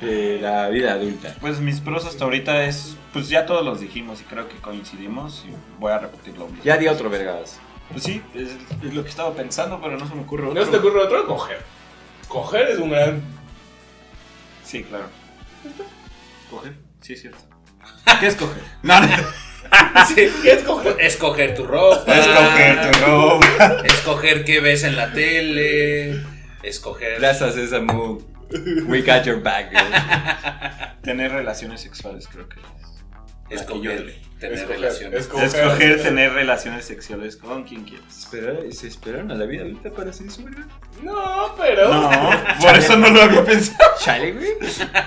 S1: de la vida adulta?
S2: Pues mis pros hasta ahorita es, pues ya todos los dijimos y creo que coincidimos y voy a repetirlo.
S1: Ya di otro, vergadas.
S2: Pues sí, es, es lo que estaba pensando, pero no se me ocurre otro.
S3: ¿No se te ocurre otro? Coger. Coger es un gran.
S2: Sí, claro. ¿Coger? Sí, es cierto.
S1: ¿Qué escoger?
S2: No, no.
S3: Sí, ¿Qué es coger?
S6: Escoger tu ropa.
S2: Es coger tu ropa.
S6: Escoger qué ves en la tele. Escoger.
S1: Gracias, esa move. We got your back, güey.
S2: Tener relaciones sexuales, creo que es.
S6: escoger. Tener
S3: Escoger,
S6: relaciones.
S3: escoger.
S2: Escoger tener relaciones sexuales con quien quieras.
S1: ¿Espera- ¿Se esperaron a la vida adulta para hacer eso, güey?
S3: No, pero.
S2: No, por eso no lo había pensado.
S1: Chale, güey.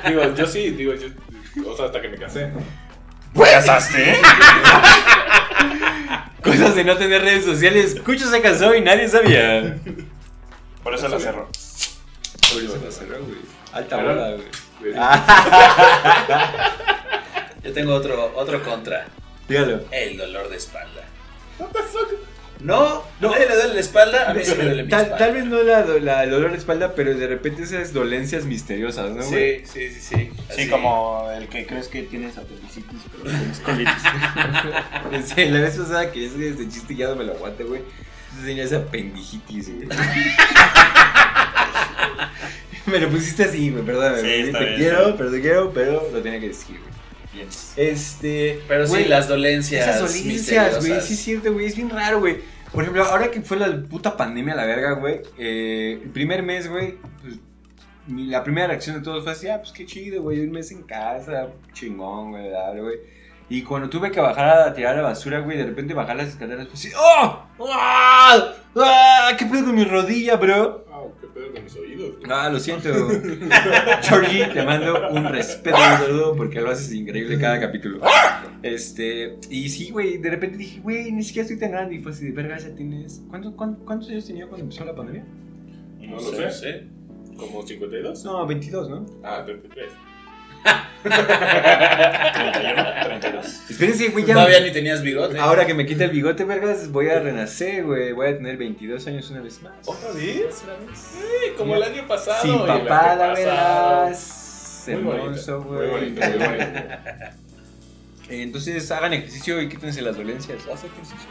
S3: Digo, yo sí, digo, yo. O sea, hasta que me casé.
S2: ¿Te casaste?
S1: Cosas de no tener redes sociales. Cucho se casó y nadie sabía.
S2: Por eso la cerró.
S1: Por eso la cerró, güey. Alta
S3: Pero-
S1: bola, güey.
S3: Eh,
S1: Ah,
S6: Yo tengo otro, otro contra.
S1: Dígalo.
S6: El dolor de espalda. No, no. nadie le duele la espalda. A mí sí me duele mi
S1: Tal,
S6: espalda.
S1: tal vez no la, do- la- el dolor de espalda, pero de repente esas dolencias misteriosas, ¿no, güey?
S6: Sí, sí, sí, sí.
S2: Sí,
S6: Así.
S2: como el que crees que tienes apendicitis, pero tienes colitis.
S1: Sí, la vez pasada que ese, este chiste ya no me lo aguante, güey. Entonces tenía esa pendijitis, güey. me lo pusiste así, güey, perdóname.
S2: Sí,
S1: güey.
S2: está
S1: te
S2: bien,
S1: quiero,
S2: está bien.
S1: pero te quiero, pero lo tenía que decir, güey.
S2: Bien.
S1: Este.
S6: Pero sí,
S1: güey,
S6: las dolencias.
S1: Esas dolencias, güey,
S6: misteriosas.
S1: sí es cierto, güey, es bien raro, güey. Por ejemplo, ahora que fue la puta pandemia a la verga, güey, eh, el primer mes, güey, pues mi- la primera reacción de todos fue así, ah, pues qué chido, güey, un mes en casa, chingón, güey, la verdad, güey. Y cuando tuve que bajar a tirar la basura, güey, de repente bajar las escaleras, fue así, ¡oh! ¡Ah! ¡Ah! ¿Qué pedo con mi rodilla, bro?
S3: Ah, qué pedo con mis oídos. güey.
S1: Ah, lo siento. Georgie, te mando un respeto y un saludo porque lo haces increíble cada capítulo. Este, y sí, güey, de repente dije, güey, ni siquiera estoy tan grande. Y fue así de verga, ya tienes. ¿Cuánto, cuán- ¿Cuántos años tenía cuando empezó la pandemia?
S3: No lo sé. ¿Como 52?
S1: No, 22, ¿no?
S3: Ah, 33.
S2: 31, 32.
S1: Espérense, güey, ya.
S6: Todavía ni tenías bigote.
S1: Ahora que me quita el bigote, vergas, voy a renacer, güey. Voy a tener 22 años una vez más.
S3: ¿Otra vez? Sí, como el año pasado. y
S1: Sin
S3: el
S1: papada,
S3: antepasado.
S1: verás.
S3: Muy bonito,
S1: Hermoso,
S3: muy
S1: güey.
S3: bonito, muy bonito.
S1: Entonces hagan ejercicio y quítense las dolencias. Haz ejercicio.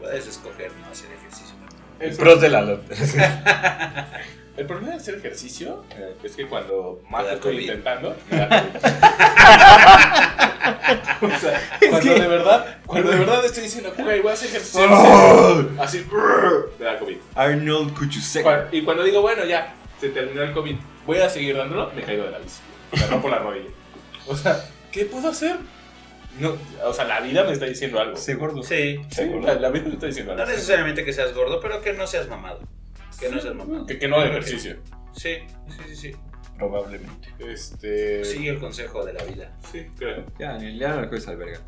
S6: Puedes escoger no hacer ejercicio.
S3: El,
S2: Pros de la lotería.
S3: el problema de hacer ejercicio eh, es que cuando
S6: Te
S3: más
S6: da
S3: lo estoy
S6: COVID.
S3: intentando, me da COVID. O sea, cuando
S1: que-
S3: de verdad, cuando de verdad estoy diciendo, güey, voy a hacer ejercicio, así, brrr, me da COVID.
S1: Arnold Kuchusek.
S3: Cu- Y cuando digo, bueno, ya, se terminó el COVID, voy a seguir dándolo, me caigo de la bici. Me rompo la rodilla. O sea, ¿qué puedo hacer? No, o sea, la vida me está diciendo algo.
S1: Sé gordo.
S6: Sí.
S3: Sí, la, la vida me está diciendo
S6: No
S3: algo.
S6: necesariamente que seas gordo, pero que no seas mamado. Que no seas mamado.
S3: Que, que no haga ejercicio.
S6: Sí, sí, sí, sí.
S2: Probablemente.
S3: Este.
S6: Sigue el consejo de la vida.
S3: sí, creo.
S1: Ya, Daniel, ya no la juegues al verga.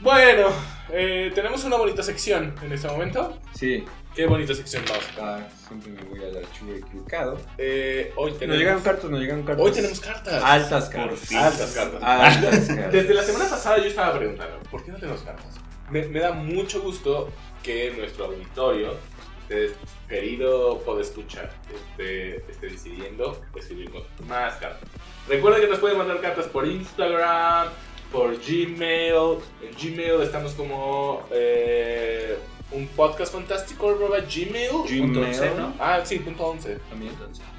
S3: Bueno, eh, tenemos una bonita sección en este momento.
S1: Sí,
S3: Qué bonita sección más.
S1: ah, siempre me voy al archivo equivocado.
S3: Eh, hoy
S1: Nos
S3: tenemos.
S1: llegaron cartas, nos llegaron cartas.
S3: Hoy tenemos cartas.
S1: Altas Ah. cartas.
S2: fin.
S3: Altas cartas.
S1: Altas cartas.
S3: Desde la semana pasada yo estaba preguntando, ¿por qué no tenemos cartas? Me, me da mucho gusto que nuestro auditorio, ustedes, querido podescuchar, esté, esté decidiendo escribirnos más cartas. Recuerden que nos pueden mandar cartas por Instagram, por Gmail. En Gmail estamos como eh, un podcast fantástico, arroba Gmail.
S1: Gmail.
S6: Entonces, ¿no?
S3: Ah, sí, punto 11.
S1: También.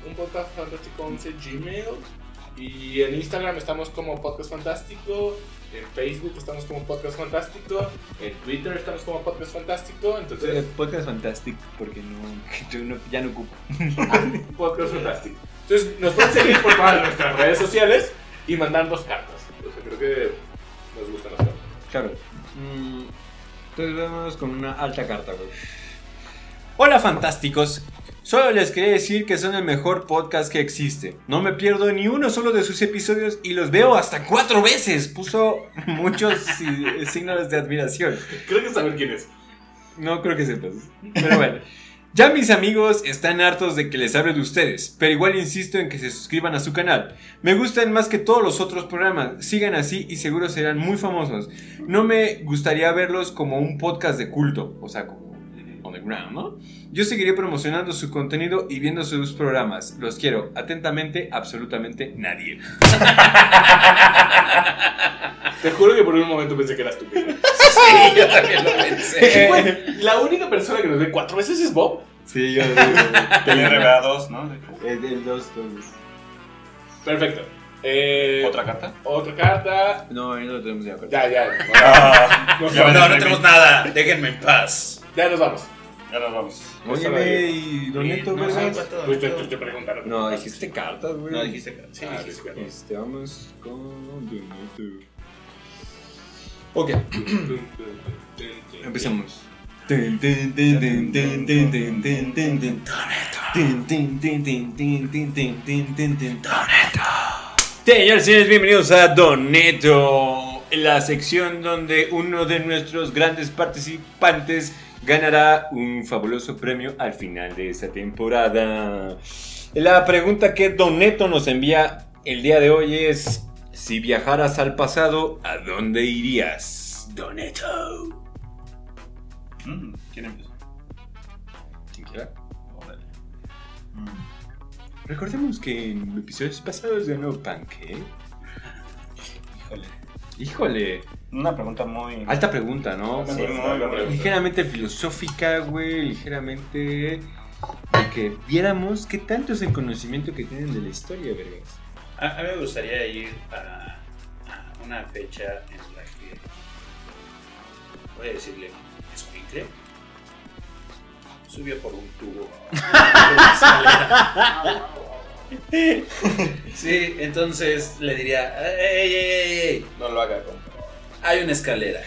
S3: Un podcast fantástico 11 Gmail. Y en Instagram estamos como Podcast Fantástico. En Facebook estamos como Podcast Fantástico. En Twitter estamos como Podcast Fantástico.
S1: Eh,
S3: Entonces,
S1: Podcast fantástico porque no, yo no- ya no ocupo.
S3: Podcast Fantástico. Entonces, nos pueden seguir por todas nuestras redes sociales y mandarnos cartas. O sea, creo que nos gustan las cartas.
S1: Claro. Mm, Entonces vamos con una alta carta, güey. Hola fantásticos. Solo les quería decir que son el mejor podcast que existe. No me pierdo ni uno solo de sus episodios y los veo hasta cuatro veces. Puso muchos si- eh, signos de admiración.
S3: Creo que saber quién es.
S1: No creo que sepas. Pero bueno. Ya mis amigos están hartos de que les hable de ustedes, pero igual insisto en que se suscriban a su canal. Me gustan más que todos los otros programas. Sigan así y seguro serán muy famosos. No me gustaría verlos como un podcast de culto, o sea, como underground, ¿no? Yo seguiré promocionando su contenido y viendo sus programas. Los quiero. Atentamente, absolutamente nadie.
S3: Te juro que por un momento pensé que eras tú.
S1: Eh,
S3: Miguel.
S6: Sí, yo también lo pensé.
S3: Güey, la única persona que nos ve cuatro veces es Bob.
S1: Sí, yo
S2: Tiene reba dos, ¿no?
S3: Perfecto. Eh,
S2: ¿Otra carta?
S3: otra carta.
S1: No, no lo tenemos de acuerdo.
S3: Ya, ya.
S2: Ah,
S3: Nos
S2: ya
S3: vamos.
S2: me
S6: No, no
S2: deprimí.
S6: tenemos nada. Déjenme en paz.
S3: Ya nos vamos.
S2: Ya nos vamos.
S1: Oye, ve, y Don Neto,
S6: No,
S1: vergas?
S3: Pues te, te- te preguntaron.
S1: No, dijiste cartas, güey.
S6: No, dijiste que. Sí,
S3: Ah,
S6: dijiste que.
S1: Este, vamos con Donato. Ok, empecemos. Señores, señores, bienvenidos a Doneto, la sección donde uno de nuestros grandes participantes ganará un fabuloso premio al final de esta temporada. La pregunta que Doneto nos envía el día de hoy es, si viajaras al pasado, ¿a dónde irías? Doneto.
S2: Mm, ¿Quién empezó? Órale. Mm.
S1: Recordemos que en episodios pasados ganó Pancake.
S2: Híjole.
S1: Híjole,
S2: Una pregunta muy.
S1: alta pregunta, ¿no?
S2: Sí, muy buena.
S1: Ligeramente filosófica, güey, ligeramente de que viéramos qué tanto es el conocimiento que tienen de la historia, vergas.
S6: A, a mí me gustaría ir a, a una fecha en la que. Voy a decirle, escuincle. Subió por un tubo. a una escalera. sí, entonces le diría: ¡Ey, ey, ey, ey!
S3: No lo haga, compa.
S6: Hay una escalera.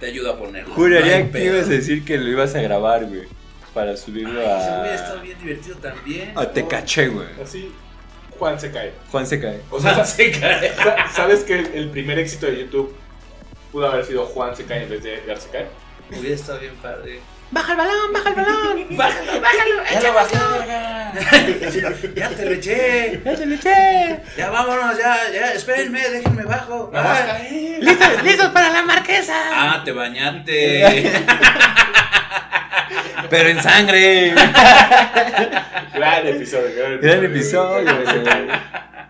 S6: Te ayudo a ponerla. No
S1: Juraría
S6: hay
S1: que
S6: pedo.
S1: ibas a decir que lo ibas a grabar, güey, para subirlo
S6: Ese hubiera estado
S1: a...
S6: bien divertido también.
S1: A Te caché, güey.
S3: Así, Juan se cae.
S1: Juan se cae.
S3: O sea,
S6: Se cae.
S3: sa- ¿sabes que el- el primer éxito de YouTube pudo haber sido Juan se cae en vez de Edgar se cae?
S6: Hubiera estado bien padre.
S2: Ya lo bajé, verga.
S6: Ya te lo eché.
S1: ¡Ya se le eché!
S6: Ya vámonos, ya, ya. Espérenme, déjenme bajo. Ah,
S1: ¡Listos, listos para la marquesa!
S6: Ah, te bañaste. Ah,
S1: ¡Pero en sangre!
S3: Gran episodio, gran episodio.
S1: Gran episodio, güey.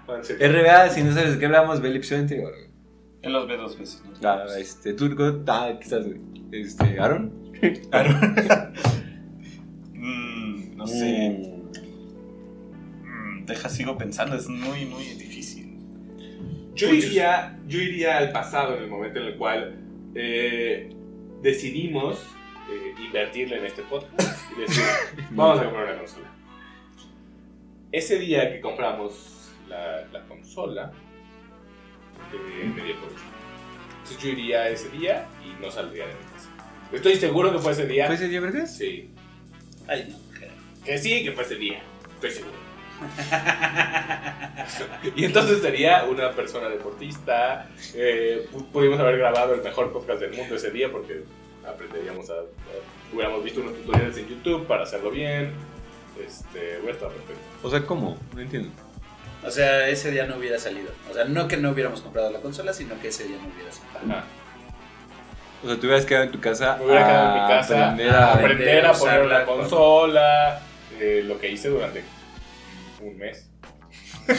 S3: Juan se cae.
S1: RBA, si no sabes de qué hablamos, ve el episodio anterior, güey.
S2: Él los ve dos veces. ¿no?
S1: Ah, este, Turco, ah, quizás, güey. Este, ¿Aaron?
S2: Mm, no sé. Mm, deja, sigo pensando. Es muy, muy difícil.
S3: Yo iría, yo iría al pasado en el momento en el cual eh, decidimos eh, invertirle en este podcast y decir, vamos a comprar una consola. Ese día que compramos la, la consola eh, de medianoche. Entonces yo iría ese día y no saldría de mi casa. Estoy seguro que fue ese día.
S5: ¿Fue
S1: Pues
S5: ese día, vergas?
S3: Sí.
S6: Ay, no. creo.
S3: Que sí, que fue ese día. Estoy seguro. y entonces sería una persona deportista. eh, pu- pudimos haber grabado el mejor podcast del mundo ese día porque aprenderíamos a. a- hubiéramos visto unos tutoriales en YouTube para hacerlo bien. Este, hubiera estado perfecto.
S1: O sea, ¿cómo? No entiendo.
S6: O sea, ese día no hubiera salido. O sea, no que no hubiéramos comprado la consola, sino que ese día no hubiera salido.
S3: Ajá.
S1: O sea, te hubieras quedado en tu casa
S3: Me hubiera quedado en mi casa Ah,
S1: aprender
S6: a
S1: a...
S6: aprender.
S3: aprender a
S6: usar
S3: poner
S6: la
S3: la consola, eh, lo que hice durante un mes.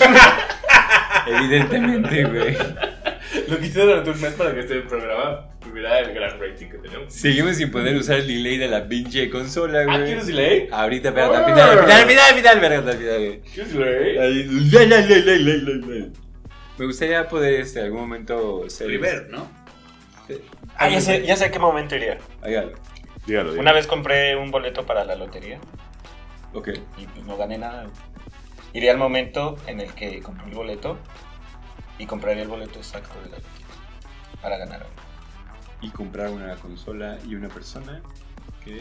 S1: Evidentemente, güey.
S3: Lo que hice durante un mes para que este programa tuviera el gran rating que tenemos.
S1: Seguimos sin poder usar el delay de la pinche consola,
S3: Ah,
S1: güey.
S3: ¿quieres Ah. delay?
S1: Ahorita, pero al final, al final, al final, al final, vergas, al final, güey.
S3: ¿Quieres delay?
S1: Ahí, la, la, la, la, la, la, la. Me gustaría poder, este, algún momento ser...
S6: River, ¿no?
S2: Ah, ya sé, ya sé a qué momento iría.
S1: Hágalo.
S4: Dígalo,
S2: Una vez compré un boleto para la lotería
S1: Ok.
S2: y pues no gané nada. güey. Iría al momento en el que compré el boleto y compraría el boleto exacto de la lotería para ganar. güey.
S1: Y comprar una consola y una persona que...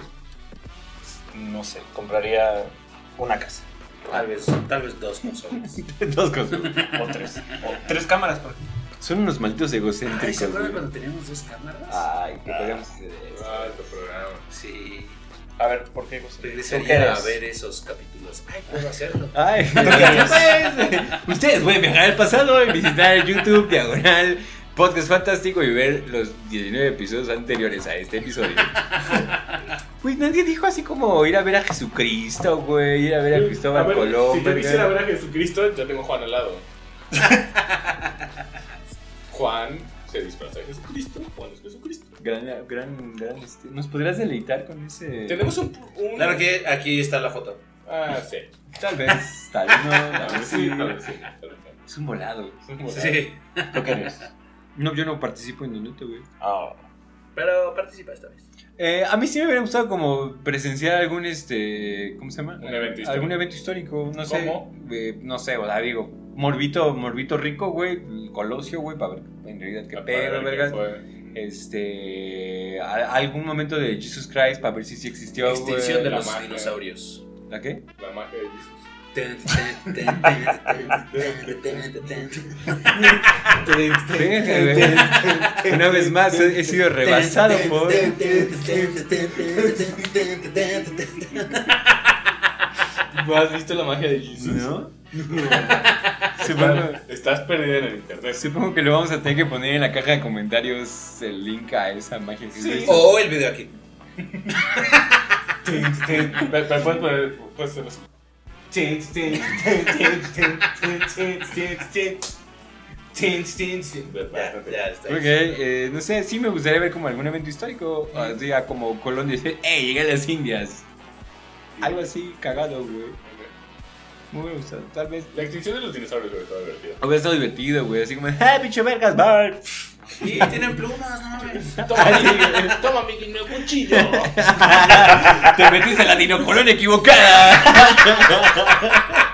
S2: No sé, compraría una casa
S6: Tal vez, tal vez dos consolas.
S1: Dos consolas.
S2: o tres. o tres cámaras, por ejemplo.
S1: Son unos malditos
S6: Ay, ¿Se
S1: egocéntricos,
S6: acuerdan
S1: güey.
S6: cuando teníamos dos cámaras?
S1: Ay, que podríamos hacer eso.
S3: Ah, este programa.
S6: Sí.
S2: A ver, ¿por qué? José? ¿Tú qué
S6: Regresaría
S2: eres?
S6: a ver esos capítulos. Ay, puedo hacerlo.
S1: Ay, pues, ustedes pueden viajar al pasado y visitar el YouTube diagonal Podcast Fantástico y ver los 19 episodios anteriores a este episodio. Pues nadie dijo así como ir a ver a Jesucristo, güey, ir a ver a
S3: A
S1: Cristóbal
S3: ver,
S1: Colón.
S3: Si yo
S1: verga.
S3: quisiera ver a Jesucristo, ya tengo a Juan al lado. Juan se disfraza de Jesucristo. Juan es Jesucristo.
S1: Gran, gran, gran, este, ¿Nos podrías deleitar con ese?
S3: Tenemos un. un-
S6: Claro que aquí está la foto.
S3: Ah, sí. Ah,
S1: Tal vez, tal vez no,
S3: Tal
S1: tal
S3: vez
S1: vez
S3: sí,
S1: sí.
S3: tal vez sí. tal vez
S1: Es un volado.
S3: no.
S6: Sí.
S2: ¿Tú qué eres?
S1: No, yo no participo en Minuto, güey.
S2: Ah,
S6: Pero participa esta vez.
S1: Eh, a mí sí me hubiera gustado como presenciar algún este ¿cómo se llama?
S3: Un evento histórico.
S1: Algún evento histórico, no sé.
S3: ¿Cómo?
S1: eh, no sé, o sea, digo, morbito, morbito rico, güey, el Colosio, güey, para ver en realidad qué
S3: Para
S1: pedo,
S3: ver Ah, qué
S1: vergas.
S3: fue.
S1: Este, a- algún momento de Jesus Christ para ver si sí existió, güey.
S6: Extinción de
S3: la
S6: los
S3: magia.
S6: dinosaurios.
S1: ¿La qué?
S3: La magia de Jesús.
S6: Ten, ten, ten, ten, ten, ten, ten, ten,
S1: Fíjate, güey. Una vez más he he sido rebasado por
S3: ¿No has visto la magia de Jesús?
S1: ¿No? Supongo,
S3: Estás, estás perdido en el internet.
S1: Pues supongo que lo vamos a tener que poner en la caja de comentarios el link a esa magia que
S3: Sí.
S1: existe.
S6: O el video aquí.
S3: Me- me puedes poner- puedes hacer así.
S6: Ya, ya está.
S1: Ok, eh, no sé, sí me gustaría ver como algún evento histórico, o sea, como Colón dice, ¡eh, llegué a las Indias! Algo así cagado, güey. Muy me gusta, tal vez.
S3: La extinción de los dinosaurios sobre todo divertida.
S1: Hubiera estado divertido, güey, así como, ¡ah, pinche vergas, bar!
S6: Y tienen plumas, no mames.
S3: Toma, mi- toma mi guineo cuchillo.
S1: ¡Te metiste en la dinocolón equivocada!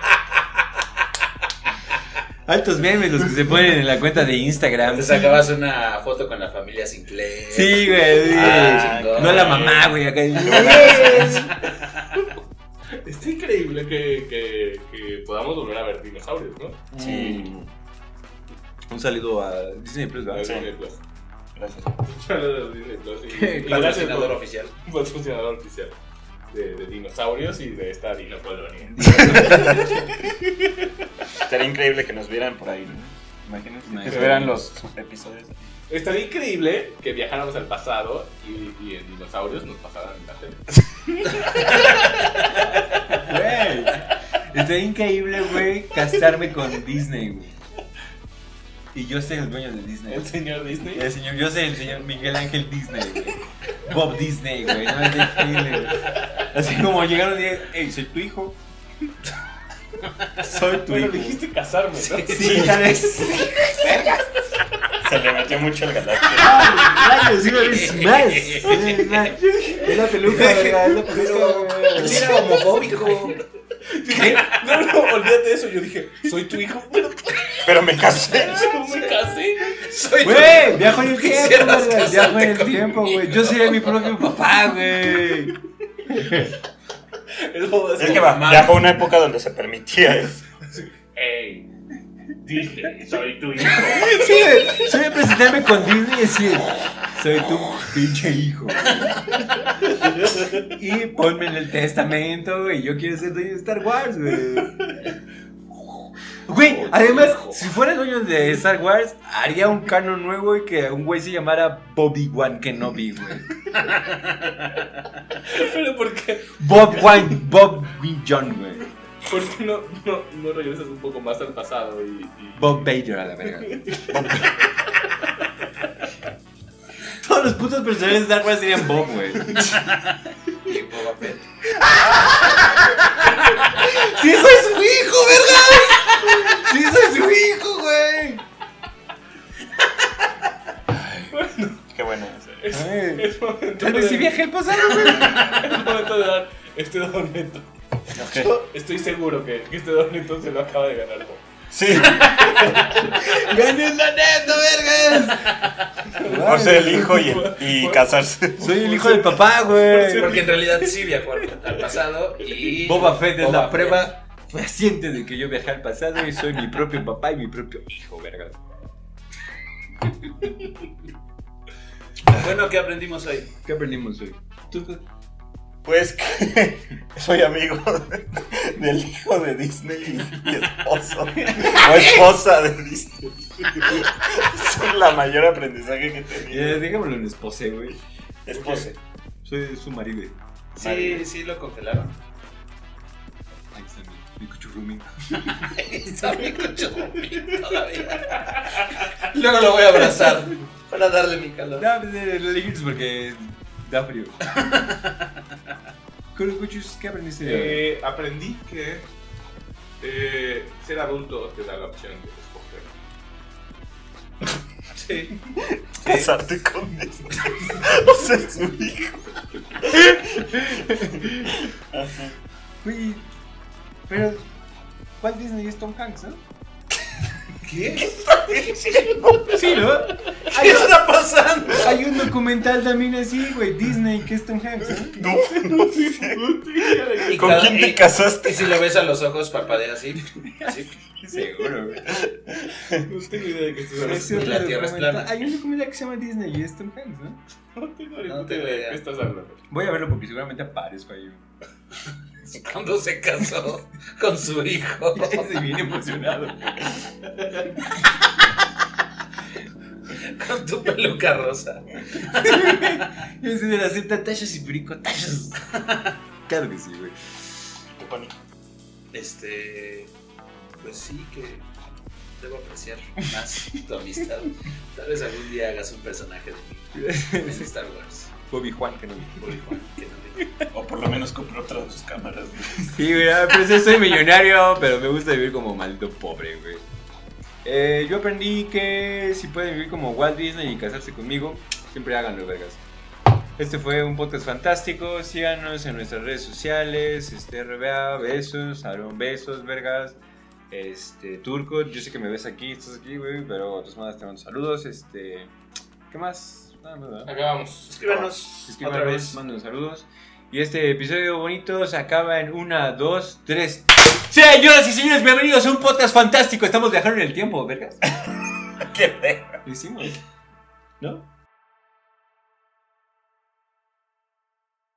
S1: Altos memes los que se ponen en la cuenta de Instagram.
S6: Te sacabas una foto con la familia Sinclair.
S1: Sí, güey, sí.
S6: Ah, chingón.
S1: No la mamá, güey, acá.
S3: Está increíble que, que, que podamos volver a ver dinosaurios, ¿no?
S2: sí,
S1: Mm. Un saludo a Disney Plus, ¿verdad?
S3: Los Disney Plus.
S2: gracias.
S3: Los Disney Plus y- y gracias
S6: Patrocinador
S3: por-
S6: oficial.
S3: Patrocinador oficial de, de dinosaurios y de esta dinocolonia.
S2: Estaría increíble que nos vieran por ahí, ¿no? Imagínense.
S1: Imagínate.
S2: Que vieran los episodios.
S3: Estaría increíble que viajáramos al pasado y, y en dinosaurios nos pasaran la tele.
S1: Güey. Está increíble, güey, casarme con Disney, güey. Y yo soy el dueño de Disney.
S3: El señor Disney.
S1: El señor, yo soy el señor Miguel Ángel Disney, güey. Bob Disney, güey. No es increíble, güey. Así como llegaron y dijeron, hey, soy tu hijo. Soy tu
S3: Bueno,
S1: hijo.
S3: dijiste casarme, ¿no?
S1: Sí, tal vez.
S2: Se le metió mucho el galaxia.
S1: Rayos, sí, una vez más. Es la- es la peluca, verga, es la peluca, güey.
S6: Era homofóbico.
S3: No, no, olvídate de eso. Yo dije, soy tu hijo. Bueno,
S2: Pero me casé.
S6: No me casé. Soy
S1: Güey, viajo en el tiempo,
S6: Quisieras
S1: verga, viajo en el
S6: casarte
S1: tiempo, güey.
S6: conmigo.
S1: Yo seré mi propio papá, güey.
S2: Es que va, ya fue una época donde se permitía eso.
S3: Ey, dije, soy tu hijo.
S1: Sí, güey. Soy a presentarme con Disney y decir, soy tu pinche hijo. güey. Y ponme en el testamento, güey. Yo quiero ser dueño de Star Wars, güey. Güey, además, si fuera dueño de Star Wars, haría un canon nuevo y que un güey se llamara Bobby Wan Kenobi, güey.
S6: Pero ¿por qué?
S1: Bob Wan, Bob John, güey.
S3: ¿Por qué no, no, no regresas un poco más al pasado y, y-
S1: Bob Bader a la verga. Todos los putos personajes de Star Wars serían Bob, güey.
S6: Y Boba Fett.
S1: ¡Sí, soy su hijo, ¿verdad? ¡Sí, soy su hijo, güey!
S2: Qué bueno.
S3: Es,
S1: Ay.
S3: es momento
S1: Tal vez sí
S3: de,
S1: viajé al pasado, güey.
S3: es momento de dar este don neto. Yo estoy seguro que, que este don neto se lo acaba de ganar.
S2: Sí,
S1: ¡Gané la neta, vergas!
S2: por ser el hijo y, y casarse.
S1: Soy el hijo del papá, güey.
S6: Porque en realidad sí viajó al, al pasado y.
S1: Boba Fett es
S6: Boba
S1: la prueba fehaciente de que yo viajé al pasado y soy mi propio papá y mi propio hijo, vergas.
S6: Fett. Bueno, ¿qué aprendimos hoy?
S1: ¿Qué aprendimos hoy?
S2: Pues que soy amigo del hijo de Disney y, y esposo. O esposa de Disney. Ese es la mayor aprendizaje que he
S1: Eh,
S2: tenido.
S1: déjamelo en esposé, güey.
S2: Esposa.
S1: Soy su marido.
S6: Sí,
S2: Maravilla.
S6: sí lo congelaron.
S1: Ahí está mi, mi cuchurrumi.
S6: Está bien conchurrumín todavía. Luego lo voy a abrazar para darle mi calor.
S1: No, pues, eh, lo dijiste porque da frío. Con cuchus, ¿qué aprendiste?
S3: Eh, aprendí que eh, ser adulto te da la opción de escoger.
S6: Sí.
S2: Casarte con Disney. O ser su hijo.
S1: Güey, pero ¿cuál Disney es Tom Hanks, no?
S6: ¿Qué?
S1: Sí, ¿no?
S6: ¿Qué está pasando?
S1: Hay un documental también así, güey, Disney, que es Tom Hanks, ¿no?
S2: No, no sé. ¿Con quién te casaste?
S6: Y si lo ves a los ojos, parpadea así. así.
S1: Seguro, güey.
S3: No tengo idea de qué estás hablando.
S1: Ese otro
S6: La Tierra es
S1: documental-
S6: plana.
S1: Hay un documental que se llama Disney y es Tom Hanks, ¿no?
S3: No tengo ni
S6: No
S3: puta
S6: tengo
S3: idea de
S6: idea.
S3: qué estás hablando.
S1: Voy a verlo porque seguramente aparezco ahí. güey.
S6: Cuando se casó con su hijo.
S1: Estoy bien emocionado.
S6: Con tu peluca rosa.
S1: Y así de la acepta tachas y perico, tachas. Claro que sí, güey.
S6: Este. Pues sí, que debo apreciar más tu amistad. Tal vez algún día hagas un personaje de mí en Star Wars.
S1: Bobby Juan, que no vi.
S6: Por igual, que no me-
S2: O por lo menos compró otra de sus cámaras.
S1: Sí, güey, ah, pues yo soy millonario, pero me gusta vivir como maldito pobre, güey. Eh, yo aprendí que si pueden vivir como Walt Disney y casarse conmigo, siempre háganlo, vergas. Este fue un podcast fantástico. Síganos en nuestras redes sociales. Este RBA, besos, Aaron, besos, vergas. Este, Turco, yo sé que me ves aquí, estás aquí, güey, pero de todas maneras te mando saludos. Este, ¿qué más? Nada, nada.
S3: Acabamos.
S6: Escríbanos
S1: Escriban
S6: otra vez.
S1: manden saludos. Y este episodio bonito se acaba en una, dos, tres. Señoras y señores, bienvenidos a un podcast fantástico. Estamos viajando en el tiempo, vergas.
S2: ¿Qué
S1: Lo hicimos. ¿No?